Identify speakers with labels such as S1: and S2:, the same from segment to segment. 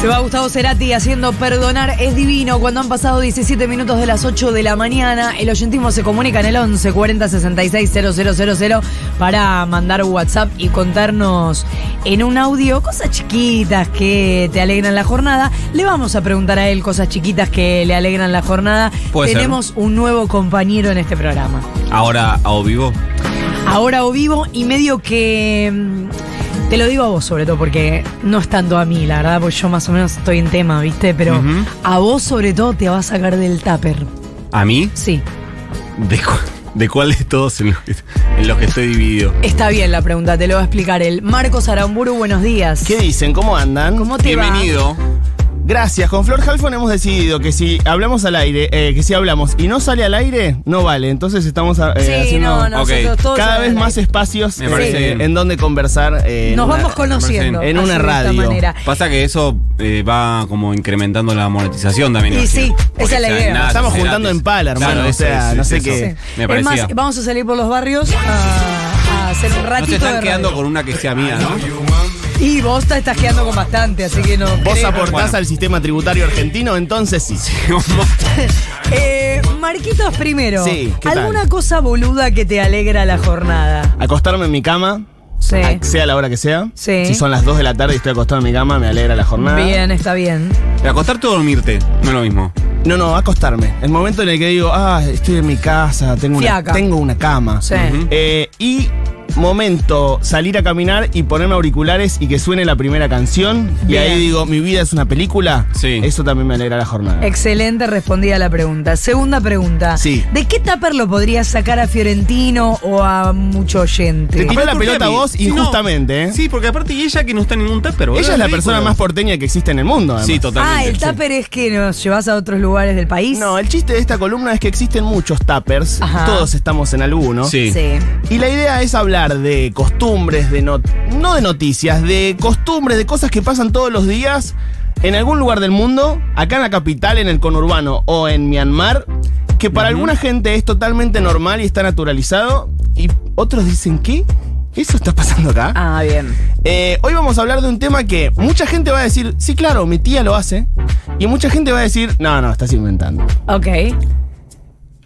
S1: Se va Gustavo Cerati haciendo perdonar es divino. Cuando han pasado 17 minutos de las 8 de la mañana, el oyentismo se comunica en el 11 40 66 000 para mandar WhatsApp y contarnos en un audio cosas chiquitas que te alegran la jornada. Le vamos a preguntar a él cosas chiquitas que le alegran la jornada.
S2: Puede ser.
S1: Tenemos un nuevo compañero en este programa.
S2: Ahora a O vivo.
S1: Ahora o vivo y medio que. mm, Te lo digo a vos sobre todo porque no es tanto a mí, la verdad, porque yo más o menos estoy en tema, ¿viste? Pero
S2: Ujú.
S1: a vos sobre todo te va a sacar del tupper.
S2: ¿A mí?
S1: Sí.
S2: ¿De, cu- de cuál de todos en los que, en los que estoy dividido?
S1: Está bien la pregunta, te lo va a explicar él. Marcos Aramburu, buenos días.
S3: ¿Qué dicen? ¿Cómo andan?
S1: ¿Cómo te va?
S2: Bienvenido.
S3: Gracias. Con Flor Halfon hemos decidido que si hablamos al aire, eh, que si hablamos y no sale al aire, no vale. Entonces estamos eh,
S1: Sí, no,
S3: haciendo
S1: nosotros
S2: ok.
S1: todos
S3: cada
S1: sabemos
S3: vez
S1: la-
S3: más espacios
S2: Me parece
S3: eh,
S2: bien.
S3: en donde conversar. eh, en
S1: Nos
S3: una-
S1: vamos conociendo.
S3: en una
S1: así de esta
S3: radio.
S1: manera.
S2: Pasa que eso eh, va como incrementando la monetización también.
S1: Y
S2: imagino.
S1: sí,
S2: Porque,
S1: esa es la
S2: o sea,
S1: idea.
S2: nada,
S3: Estamos
S2: Cerati-
S3: juntando en pala, hermano, o
S2: eso
S3: sea, no sé
S2: eso.
S3: qué.
S2: Me
S1: es
S2: parecía.
S1: más, vamos a salir por los barrios a, a hacer un ratito
S2: no te
S1: de
S2: están quedando
S1: radio.
S2: con una que sea mía, ¿no?
S1: Y vos te estás quedando con bastante, así que no.
S3: Vos
S1: creo.
S3: aportás
S2: Bueno.
S3: al sistema tributario argentino, entonces sí.
S1: Eh, Marquitos primero.
S3: Sí, ¿qué tal?
S1: ¿Alguna cosa boluda que te alegra la jornada?
S3: Acostarme en mi cama,
S1: Sí.
S3: a- sea la hora que sea.
S1: Sí.
S3: Si son las 2 de la tarde y estoy acostado en mi cama, me alegra la jornada.
S1: Bien, está bien.
S2: Pero acostarte o dormirte, no es lo mismo.
S3: No, no, acostarme. El momento en el que digo, ah, estoy en mi casa, tengo, una,
S1: Fiaca.
S3: tengo una cama.
S1: Sí.
S2: Ujú.
S3: Eh, y momento, salir a caminar y ponerme auriculares y que suene la primera canción. Y
S1: Bien.
S3: ahí digo, mi vida es una película.
S2: Sí.
S3: Eso también me alegra la jornada.
S1: Excelente respondida la pregunta. Segunda pregunta.
S3: Sí.
S1: ¿De qué tupper lo podrías sacar a Fiorentino o a mucho oyente?
S3: Te tiró la
S2: Aparte
S3: pelota
S2: a
S3: a
S2: mí.
S3: vos
S2: Sí, no.
S3: injustamente, ¿eh?
S2: Sí, porque aparte y ella que no está en ningún tupper, boludo,
S3: Ella es la
S2: ridículo.
S3: persona más porteña que existe en el mundo. además.
S2: Sí, totalmente.
S1: ah, el
S2: Sí.
S1: tupper es que nos llevas a otros lugares del país.
S3: No, el chiste de esta columna es que existen muchos tappers.
S1: Ajá.
S3: Todos estamos en alguno.
S2: Sí.
S1: Sí.
S3: Y la idea es hablar de costumbres, de not- no de noticias, de costumbres, de cosas que pasan todos los días en algún lugar del mundo, acá en la capital, en el conurbano o en Myanmar, que para alguna gente es totalmente normal y está naturalizado, y otros dicen, ¿qué? ¿Eso está pasando acá?
S1: Ah, bien.
S3: Eh, hoy vamos a hablar de un tema que mucha gente va a decir, sí, claro, mi tía lo hace, y mucha gente va a decir, no, no, estás inventando.
S1: Ok.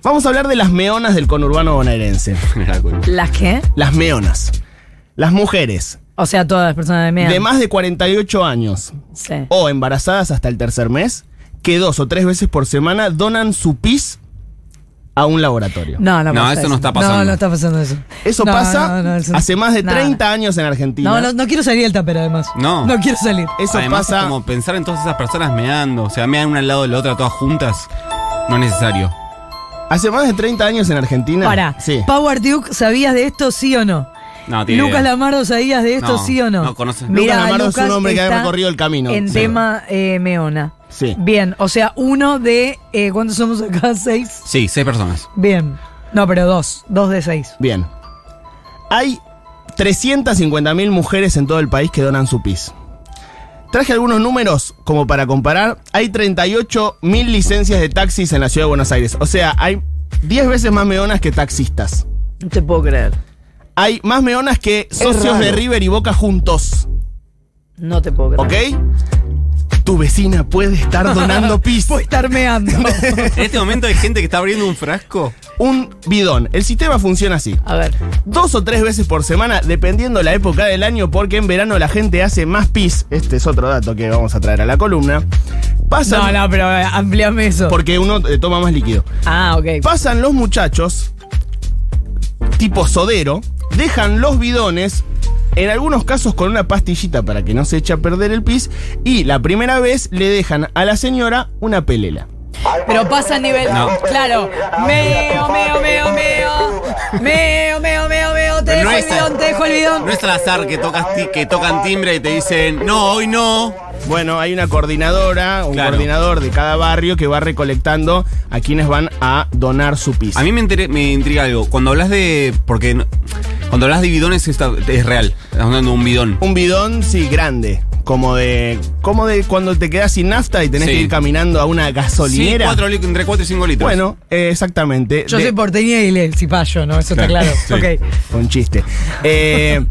S3: Vamos a hablar de las meonas del conurbano bonaerense.
S2: Mira, güey.
S1: ¿Las qué?
S3: Las meonas. Las mujeres
S1: O sea, todas las personas de media.
S3: de más de 48 años
S1: Sí.
S3: o embarazadas hasta el tercer mes que dos o tres veces por semana donan su pis a un laboratorio.
S1: No, no,
S2: No,
S1: pasa
S2: eso no está pasando.
S1: No, no está pasando eso.
S3: Eso
S1: No,
S3: pasa
S1: no, no, eso-
S3: hace más de
S1: nada.
S3: 30 años en Argentina.
S1: No, no, no quiero salir del tupper además.
S2: No.
S1: No quiero salir.
S3: Eso
S2: Además,
S3: pasa
S2: es como pensar en todas esas personas meando. O sea, mean una al lado de la otra, todas juntas. No es necesario.
S3: hace más de 30 años en Argentina.
S1: Pará.
S3: Sí.
S1: Power Duke, ¿sabías de esto, sí o no?
S2: No, tiene
S1: Lucas
S2: idea.
S1: Lamardo, ¿sabías de esto,
S2: No,
S1: sí o no?
S2: no conoce. Lucas
S1: Mirá,
S3: Lamardo es un hombre que ha
S1: está
S3: recorrido el camino.
S1: En
S3: Sí.
S1: tema eh, Meona.
S3: Sí.
S1: Bien, o sea, uno de. eh, ¿Cuántos somos acá? ¿Seis?
S2: Sí, seis personas.
S1: Bien. No, pero dos. Dos de seis.
S3: Bien. Hay 350.000 mujeres en todo el país que donan su pis. Traje algunos números como para comparar. Hay 38.000 licencias de taxis en la ciudad de Buenos Aires. O sea, hay 10 veces más meonas que taxistas.
S1: No te puedo creer.
S3: Hay más meonas que socios
S1: raro.
S3: de River y Boca juntos.
S1: No te puedo
S3: ¿Ok? Tu vecina puede estar donando pis.
S1: Puedo estar meando.
S2: En este momento hay gente que está abriendo un frasco.
S3: Un bidón. El sistema funciona así.
S1: A ver.
S3: dos o tres veces por semana, dependiendo la época del año, porque en verano la gente hace más pis. Este es otro dato que vamos a traer a la columna.
S1: No,
S3: Pasan,
S1: no, pero eh, amplíame eso.
S3: porque uno eh, toma más líquido.
S1: Ah, ok.
S3: Pasan los muchachos, tipo sodero, dejan los bidones. En algunos casos con una pastillita para que no se eche a perder el pis. Y la primera vez le dejan a la señora una pelela.
S1: Pero pasa a nivel.
S2: No.
S1: Claro. Meo, meo, meo, meo. Meo, meo, meo, meo. Te dejo
S2: Pero no
S1: el
S2: es-
S1: bidón, te dejo el bidón.
S2: No es al azar que, tocas ti- que tocan timbre y te dicen, no, hoy no.
S3: Bueno, hay una coordinadora, un
S2: Claro.
S3: coordinador de cada barrio que va recolectando a quienes van a donar su pis.
S2: A mí me, enteré- me intriga algo. Cuando hablas de. Porque. no- cuando hablas de bidones está- es real. Estás hablando de un bidón.
S3: Un bidón, sí, grande. Como de. Como de cuando te quedas sin nafta y tenés
S2: Sí.
S3: que ir caminando a una
S2: Sí,
S3: gasolinera.
S2: cuatro, li- entre 4 y 5 litros.
S3: bueno, eh, exactamente.
S1: Yo
S3: De-
S1: soy porteña y le cipayo, ¿no? Eso está
S2: Claro,
S1: claro.
S2: sí.
S1: Ok.
S3: Fue Un chiste. Eh,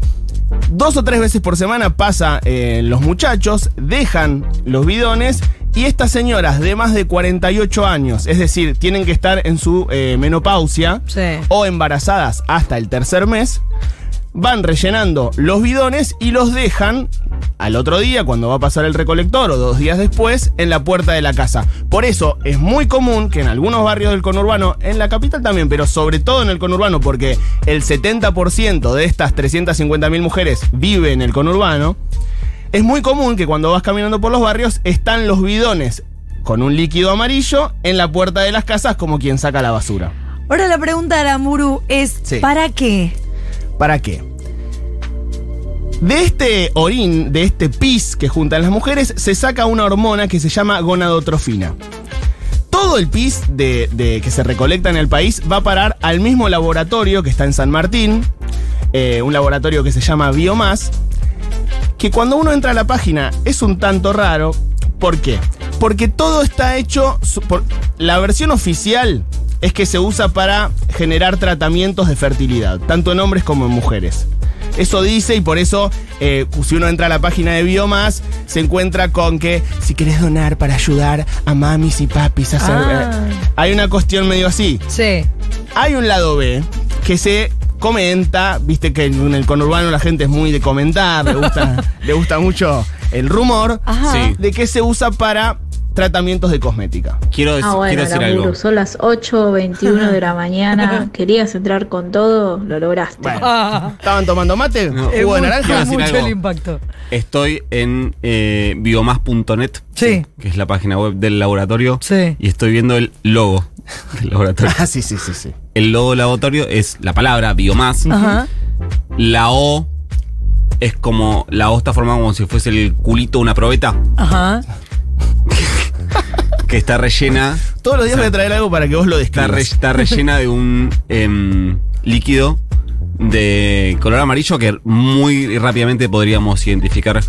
S3: Dos o tres veces por semana pasa, eh, los muchachos dejan los bidones y estas señoras de más de 48 años, es decir, tienen que estar en su eh, menopausia
S1: Sí.
S3: o embarazadas hasta el tercer mes, van rellenando los bidones y los dejan al otro día, cuando va a pasar el recolector o dos días después, en la puerta de la casa. Por eso es muy común que en algunos barrios del conurbano, en la capital también, pero sobre todo en el conurbano, porque el 70% de estas 350.000 mujeres vive en el conurbano, es muy común que cuando vas caminando por los barrios están los bidones con un líquido amarillo en la puerta de las casas como quien saca la basura.
S1: Ahora la pregunta de Aramuru es,
S3: Sí.
S1: ¿para qué?
S3: ¿Para qué? De este orín, de este pis que juntan las mujeres, se saca una hormona que se llama gonadotrofina. Todo el pis de, de que se recolecta en el país va a parar al mismo laboratorio que está en San Martín, eh, un laboratorio que se llama Biomás, que cuando uno entra a la página es un tanto raro. ¿Por qué? Porque todo está hecho... su- por- la versión oficial es que se usa para generar tratamientos de fertilidad, tanto en hombres como en mujeres. Eso dice y por eso eh, si uno entra a la página de Biomas se encuentra con que si querés donar para ayudar a mamis y papis a hacer... eh,
S1: Ah.
S3: Hay una cuestión medio así.
S1: Sí.
S3: Hay un lado B que se comenta, viste que en el conurbano la gente es muy de comentar, le gusta, le gusta mucho el rumor,
S1: Ajá.
S2: Sí.
S3: de que se usa para tratamientos de cosmética.
S2: Quiero, dec-
S4: Ah,
S2: quiero
S4: bueno,
S2: decir
S4: laburo.
S2: algo.
S4: Son las 8.21 de la mañana. Querías entrar con todo, lo lograste.
S3: Bueno,
S1: Ah.
S3: ¿Estaban tomando mate?
S2: No.
S1: Eh,
S3: ¿Jugo de
S1: mu-
S3: naranja?
S2: Quiero decir
S1: mucho
S2: algo.
S1: el impacto.
S2: Estoy en eh, biomas.net,
S1: Sí.
S2: que es la página web del laboratorio,
S1: Sí.
S2: y estoy viendo el logo del laboratorio.
S3: Ah, sí, sí, sí, sí.
S2: El logo del laboratorio es la palabra biomás.
S1: Ajá.
S2: La O es como. La O está formada como si fuese el culito de una probeta
S1: Ajá.
S2: que está rellena.
S3: Todos los días voy a traer algo para que vos lo
S2: Está, re-
S3: describas.
S2: está rellena de un em, líquido de color amarillo que muy rápidamente podríamos identificar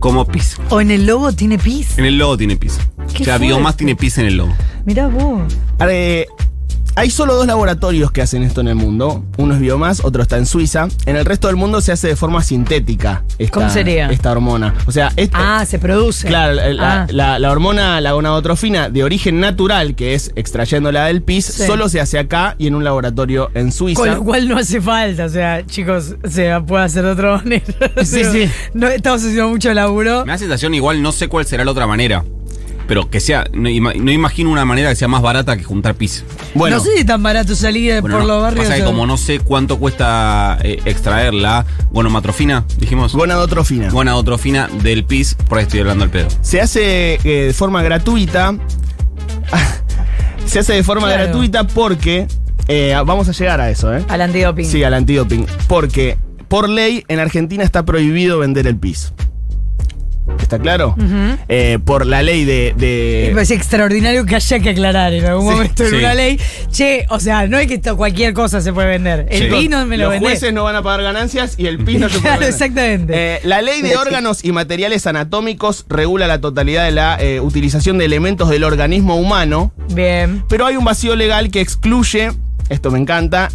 S2: como pis.
S1: O en el logo tiene pis.
S2: En el logo tiene pis.
S1: Qué
S2: O sea,
S1: fuerte.
S2: Biomás tiene pis en el logo.
S1: Mirá vos.
S3: Eh, hay solo dos laboratorios que hacen esto en el mundo. Uno es Biomas, otro está en Suiza. En el resto del mundo se hace de forma sintética esta,
S1: ¿Cómo sería?
S3: esta hormona. O sea, este,
S1: Ah, se produce.
S3: Claro, la, la-
S1: Ah.
S3: la- la hormona, la gonadotrofina, de origen natural, que es extrayéndola del pis,
S1: Sí.
S3: solo se hace acá y en un laboratorio en Suiza.
S1: Con lo cual no hace falta, o sea, chicos, se puede hacer de otra manera. O
S3: Sí,
S1: sea,
S3: sí.
S1: No, estamos haciendo mucho laburo.
S2: Me da sensación igual, no sé cuál será la otra manera. Pero que sea. No, ima- no imagino una manera que sea más barata que juntar pis.
S3: Bueno,
S1: no sé si tan barato salir
S2: Bueno,
S1: Eh, por
S2: no.
S1: los barrios.
S2: Pasa que
S1: o-
S2: como no sé cuánto cuesta eh, extraer la gonomatrofina, dijimos.
S3: gonadotrofina.
S2: Gonadotrofina del pis, por ahí estoy hablando al pedo.
S3: Se hace eh, de forma gratuita. se hace de forma
S1: Claro.
S3: gratuita porque. eh, vamos a llegar a eso, ¿eh?
S1: Al antidoping.
S3: Sí, al antidoping. Porque por ley en Argentina está prohibido vender el pis. ¿Está claro?
S1: Ujú.
S3: Eh, por la ley de. de-
S1: Me parece extraordinario que haya que aclarar en algún
S3: Sí,
S1: momento en
S2: sí.
S1: una ley. Che, o sea, no es que esto- cualquier cosa se puede vender. El
S2: Sí.
S1: vino me lo
S3: Los
S1: vendés.
S3: jueces no van a pagar ganancias y el pis no se puede
S1: Claro,
S3: vender.
S1: exactamente.
S3: Eh, la ley de órganos y materiales anatómicos regula la totalidad de la eh, utilización de elementos del organismo humano,
S1: Bien.
S3: pero hay un vacío legal que excluye, esto me encanta,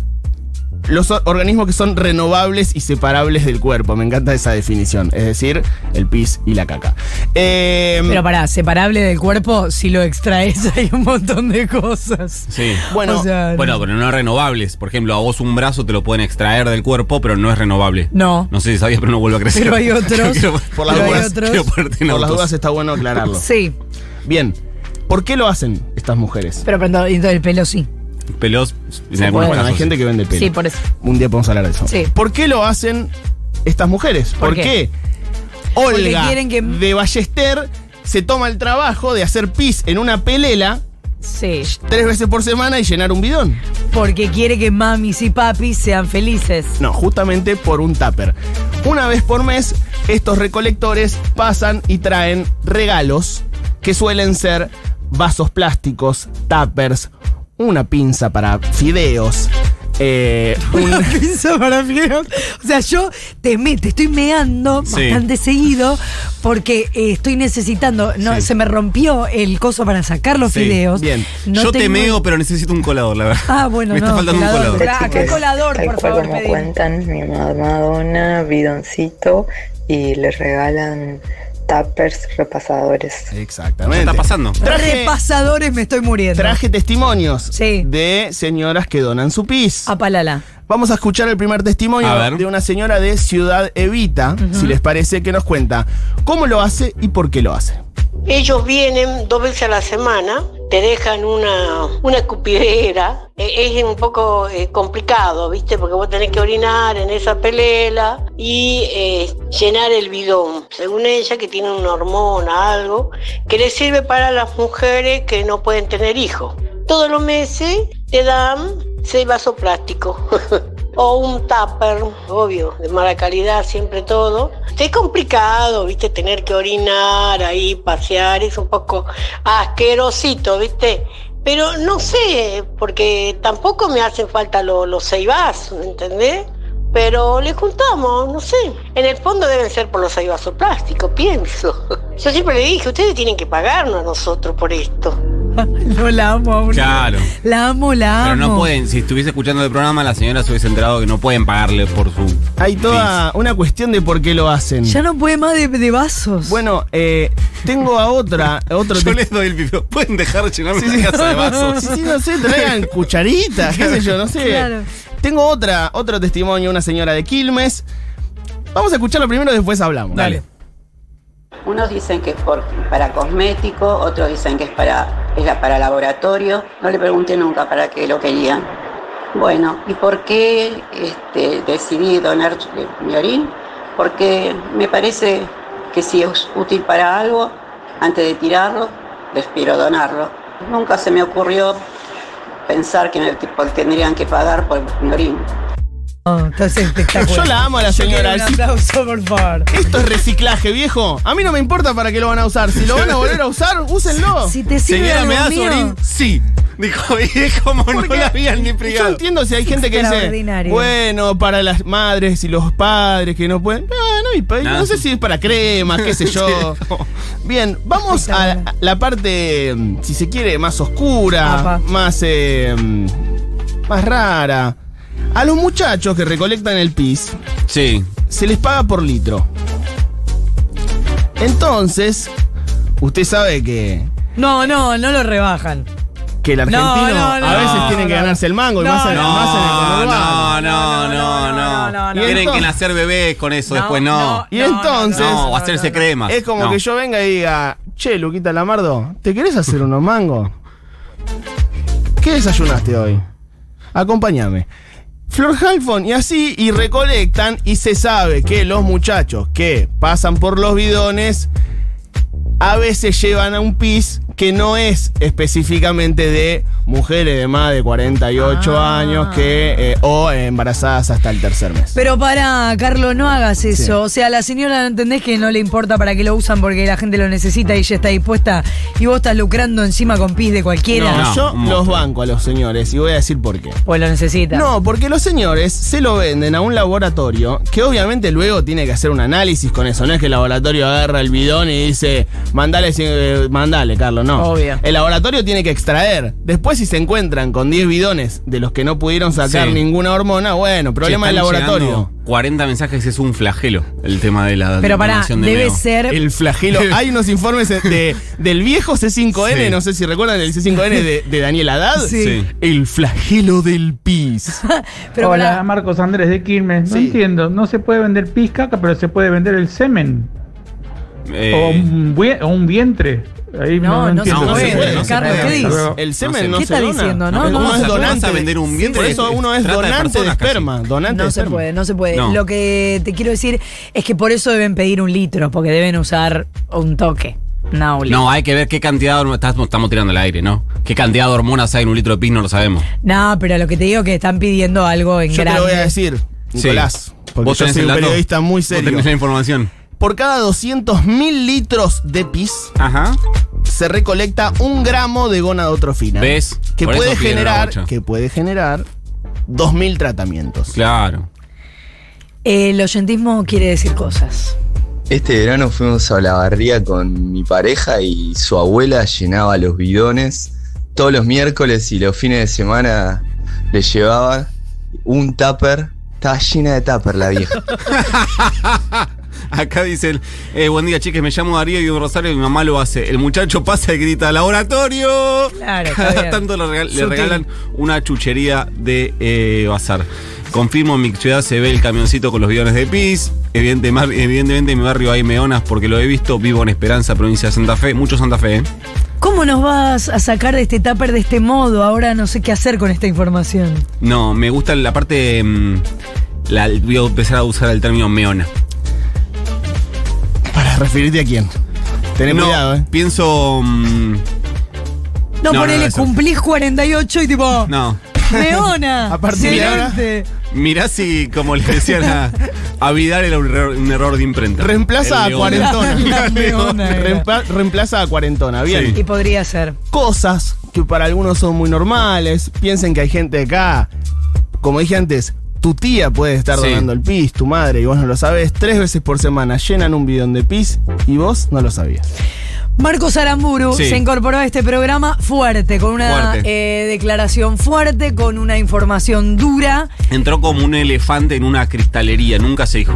S3: los or- organismos que son renovables y separables del cuerpo. Me encanta esa definición, es decir, el pis y la caca. Eh,
S1: Pero pará, separable del cuerpo, si lo extraes hay un montón de cosas.
S2: Sí.
S3: bueno,
S1: O sea,
S2: Bueno, pero no renovables. Por ejemplo, a vos un brazo te lo pueden extraer del cuerpo, pero no es renovable.
S1: No.
S2: No sé si sabías, pero no vuelve a crecer.
S1: Pero hay otros.
S2: Quiero-
S3: Por las
S2: quiero-
S3: dudas.
S2: quiero ponerte en
S3: por las
S2: autos.
S3: dudas está bueno aclararlo.
S1: Sí,
S3: Bien, ¿por qué lo hacen estas mujeres?
S1: pero perdón, y entonces el pelo sí.
S2: Pelos, en algunos
S3: Bueno,
S2: casos,
S3: hay
S2: sí.
S3: gente que vende pelo.
S1: Sí, por eso.
S3: Un día podemos hablar de eso.
S1: Sí.
S3: ¿Por qué lo hacen estas mujeres? ¿Por,
S1: ¿Por
S3: qué?
S1: qué?
S3: Olga
S1: quieren que-
S3: de Ballester se toma el trabajo de hacer pis en una pelela
S1: Sí.
S3: tres veces por semana y llenar un bidón.
S1: Porque quiere que mamis y papis sean felices.
S3: No, justamente por un tupper. Una vez por mes, estos recolectores pasan y traen regalos que suelen ser vasos plásticos, tuppers, una pinza para fideos, eh,
S1: Una
S3: un-
S1: pizza para fideos. O sea, yo te, me, te estoy meando
S2: Sí.
S1: bastante seguido porque eh, estoy necesitando. No,
S2: Sí.
S1: Se me rompió el coso para sacar los
S2: Sí,
S1: fideos.
S3: bien.
S1: No
S2: Yo te
S1: tengo-
S2: meo, pero necesito un colador, la verdad.
S1: Ah, bueno,
S2: Me
S1: no.
S2: está faltando un colador.
S1: Acá hay colador,
S5: Tal
S1: por
S5: cual
S1: favor,
S5: como
S1: pedí.
S5: cuentan, mi amada Madonna, bidoncito y le regalan tuppers repasadores.
S2: ¿Qué
S3: Exactamente.
S2: está pasando?
S3: Traje,
S1: Repasadores, me estoy muriendo.
S3: traje testimonios
S1: Sí. Ah.
S3: de señoras que donan su pis.
S1: Apalala.
S3: Vamos a escuchar el primer
S2: A
S3: testimonio
S2: ver.
S3: de una señora de Ciudad Evita, si les parece, que nos cuenta cómo lo hace y por qué lo hace.
S6: Ellos vienen dos veces a la semana, te dejan una, una escupidera. E- Es un poco eh, complicado, ¿viste? Porque vos tenés que orinar en esa pelela y eh, llenar el bidón. Según ella, que tiene una hormona, algo, que le sirve para las mujeres que no pueden tener hijos. Todos los meses te dan seis vasos plásticos. O un tupper, obvio, de mala calidad, siempre todo. Es complicado, viste, tener que orinar ahí, pasear, es un poco asquerosito, viste. Pero no sé, porque tampoco me hacen falta lo- los seis vasos, ¿entendés? Pero le juntamos, no sé. En el fondo deben ser por los seis vasos plásticos, pienso. Yo siempre le dije, ustedes tienen que pagarnos a nosotros por esto.
S1: No la amo aún.
S2: Claro.
S1: La amo, la
S2: Pero
S1: amo.
S2: no pueden, si estuviese escuchando el programa, la señora se hubiese enterado que no pueden pagarle por su.
S3: Hay toda una cuestión de por qué lo hacen.
S1: Ya no puede más de, de vasos.
S3: Bueno, eh, tengo a otra, a otro
S2: Yo
S3: testimonio.
S2: les doy el pipio. Pueden dejar de llenarme
S3: Sí, sí.
S2: la casa de vasos.
S3: Sí, sí, no sé, traigan cucharitas, qué sé yo, no sé.
S1: Claro.
S3: Tengo otra, otro testimonio, una señora de Quilmes. Vamos a escucharlo primero, después hablamos.
S2: Dale.
S7: Unos dicen que es por- para cosmético, otros dicen que es para, es la- para laboratorio. No le pregunté nunca para qué lo querían. Bueno, ¿y por qué este, decidí donar eh, mi orín? Porque me parece que si es útil para algo, antes de tirarlo, prefiero donarlo. Nunca se me ocurrió pensar que me que tendrían que pagar por mi orín.
S1: Oh, estás espectacular.
S3: Yo la amo a la
S1: Yo
S3: señora.
S1: quiero Un
S3: Sí.
S1: aplauso, por favor.
S3: Esto es reciclaje, viejo. A mí no me importa para qué lo van a usar. Si lo van a volver a usar, úsenlo.
S1: Si te sirve
S2: Oh, Señora,
S1: algo
S2: ¿me da
S1: mío,
S2: sorín? Sí. Dijo, y es como no
S3: Porque
S2: la habían ni
S3: Yo
S2: privado.
S3: entiendo si hay gente que dice,
S1: Extraordinario.
S3: bueno, para las madres y los padres que no pueden. No, no, y pa-
S2: Nada,
S3: no sé
S2: sí.
S3: si es para crema, qué sé yo. Bien, vamos a la- la parte, mm, si se quiere, más oscura,
S1: Apa.
S3: más, eh, mm, más rara. A los muchachos que recolectan el pis,
S2: Sí.
S3: se les paga por litro. Entonces, usted sabe que,
S1: No, no, no lo rebajan.
S3: que el argentino
S1: no, no,
S3: a veces
S2: no,
S3: tiene que
S1: no.
S3: ganarse el mango y
S1: No,
S3: más, en-
S2: No,
S3: más en el
S2: no,
S3: conurbano.
S2: no, no, no,
S1: no, no,
S2: no.
S1: no.
S2: Quieren
S3: Entonces-
S2: que nacer bebés con eso, después no.
S3: Y entonces-
S2: No, o hacerse
S1: no, no.
S2: cremas.
S3: Es como
S2: No.
S3: que yo venga y diga, che, Luquita Lamardo, ¿te querés hacer unos mangos? ¿Qué desayunaste hoy? Acompáñame. Flor Halfon, y así, y recolectan, y se sabe que los muchachos que pasan por los bidones a veces llevan a un pis que no es específicamente de mujeres de más de 48
S1: Ah.
S3: años que eh, o embarazadas hasta el tercer mes.
S1: Pero para, Carlos, no hagas eso.
S3: Sí.
S1: O sea, la señora no entendés que no le importa para qué lo usan porque la gente lo necesita y ella está dispuesta y vos estás lucrando encima con pis de cualquiera.
S3: No,
S2: No,
S3: yo
S2: un
S3: los
S2: monstruo.
S3: banco a los señores y voy a decir por qué.
S1: Pues lo necesita.
S3: No, porque los señores se lo venden a un laboratorio que obviamente luego tiene que hacer un análisis con eso. No es que el laboratorio agarra el bidón y dice, mandale, cien- eh, mandale, Carlos, no.
S1: Obvio.
S3: El laboratorio tiene que extraer. Después si se encuentran con 10 bidones de los que no pudieron sacar
S2: Sí.
S3: ninguna hormona, bueno, problema
S2: Che,
S3: del
S2: están
S3: laboratorio.
S2: llegando 40 mensajes es un flagelo el tema de la.
S1: Pero pará,
S2: donación de
S1: debe
S2: meo.
S1: ser.
S3: El flagelo. Hay unos informes de, del viejo C5N,
S2: Sí.
S3: no sé si recuerdan el C5N de, de Daniel Haddad.
S1: Sí.
S2: Sí.
S3: El flagelo del pis.
S1: Pero
S8: Hola,
S1: pará.
S8: Marcos Andrés de Quilmes. No
S3: Sí.
S8: entiendo, no se puede vender pis caca, pero se puede vender el semen
S2: Eh,
S1: Oh,
S8: o, un bue- o un vientre. Ahí
S1: No,
S8: no,
S1: no se
S8: entiendo.
S2: puede, Carlos,
S8: Hasta
S2: ¿qué
S8: luego.
S1: dices?
S3: El semen
S2: sé.
S3: no
S1: ¿Qué
S3: se
S1: está
S3: dona.
S1: diciendo, no?
S2: No,
S3: uno
S2: ¿cómo
S3: es
S2: vas a-
S3: donante
S2: vas a vender un
S3: de-
S2: vientre?
S3: Por eso uno es
S2: Trata de
S3: donante de,
S2: personas casi.
S3: esperma, donante de
S1: No se
S3: esperma.
S1: puede, no se puede.
S2: No.
S1: Lo que te quiero decir es que por eso deben pedir un litro, porque deben usar un toque. Una aula.
S2: No, hay que ver qué cantidad de hormonas estamos, estamos tirando al aire, ¿no? ¿Qué cantidad de hormonas hay en un litro de pis? No lo sabemos.
S1: No, pero lo que te digo es que están pidiendo algo en
S3: Yo te
S1: grande.
S3: lo voy a decir,
S2: Sí.
S3: Nicolás, porque
S2: ¿Vos
S3: yo
S2: tenés
S3: soy
S2: el
S3: un
S2: dato?
S3: periodista muy
S2: ¿Vos tenés la
S3: serio.
S2: información.
S3: Por cada 200.000 litros de pis
S2: Ajá.
S3: se recolecta un gramo de gonadotrofina.
S2: ¿Ves?
S3: Que
S2: Por
S3: puede
S2: eso piden una
S3: generar,
S2: bocha.
S3: que puede generar 2.000 tratamientos.
S2: Claro.
S1: El oyentismo quiere decir cosas.
S9: Este verano fuimos a la barría con mi pareja y su abuela llenaba los bidones todos los miércoles y los fines de semana le llevaba un tupper. Estaba llena de tupper la vieja.
S2: Acá dicen, eh, buen día chiques, me llamo Darío y Rosario y mi mamá lo hace. El muchacho pasa y grita, ¡laboratorio!
S1: Claro, está
S2: Cada
S1: bien.
S2: tanto le, regal- le
S1: Sutil.
S2: regalan una chuchería de eh, bazar. Confirmo, en mi ciudad se ve el camioncito con los bidones de pis. Evidente- mar- evidentemente en mi barrio hay meonas porque lo he visto. Vivo en Esperanza, provincia de Santa Fe. Mucho Santa Fe, ¿eh?
S1: ¿Cómo nos vas a sacar de este tupper de este modo? Ahora no sé qué hacer con esta información.
S2: No, me gusta la parte... mm, la- voy a empezar a usar el término meona.
S3: Para referirte a quién. Tenés
S2: No,
S3: cuidado, ¿eh?
S2: pienso... mm,
S1: No,
S2: No, no,
S1: ponele,
S2: no, eso-
S1: cumplís 48 y tipo.
S2: no.
S1: ¡Leona!
S3: A partir de ahora-
S1: excelente.
S2: Mirá si, como le decían a, a Vidal, era un error, un error de imprenta.
S3: Reemplaza a
S2: El león.
S3: cuarentona.
S1: El león era.
S3: Reempla- reemplaza a cuarentona, bien.
S2: Sí.
S1: Y podría ser.
S3: Cosas que para algunos son muy normales. Piensen que hay gente acá. Como dije antes, tu tía puede estar
S2: Sí.
S3: donando el pis, tu madre, y vos no lo sabés. Tres veces por semana llenan un bidón de pis y vos no lo sabías.
S1: Marcos Aramburu
S2: Sí.
S1: se incorporó a este programa fuerte, con una
S2: Fuerte.
S1: eh, declaración fuerte, con una información dura.
S2: Entró como un elefante en una cristalería, nunca se dijo.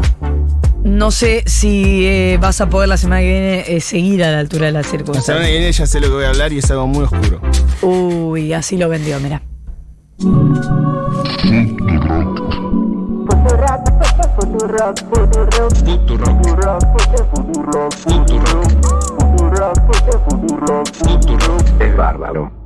S1: No sé si eh, vas a poder la semana que viene eh, seguir a la altura de las
S3: La semana
S1: circunstancias.
S3: que viene ya sé lo que voy a hablar y es algo muy oscuro.
S1: Uy, así lo vendió, mira.
S9: Es bárbaro.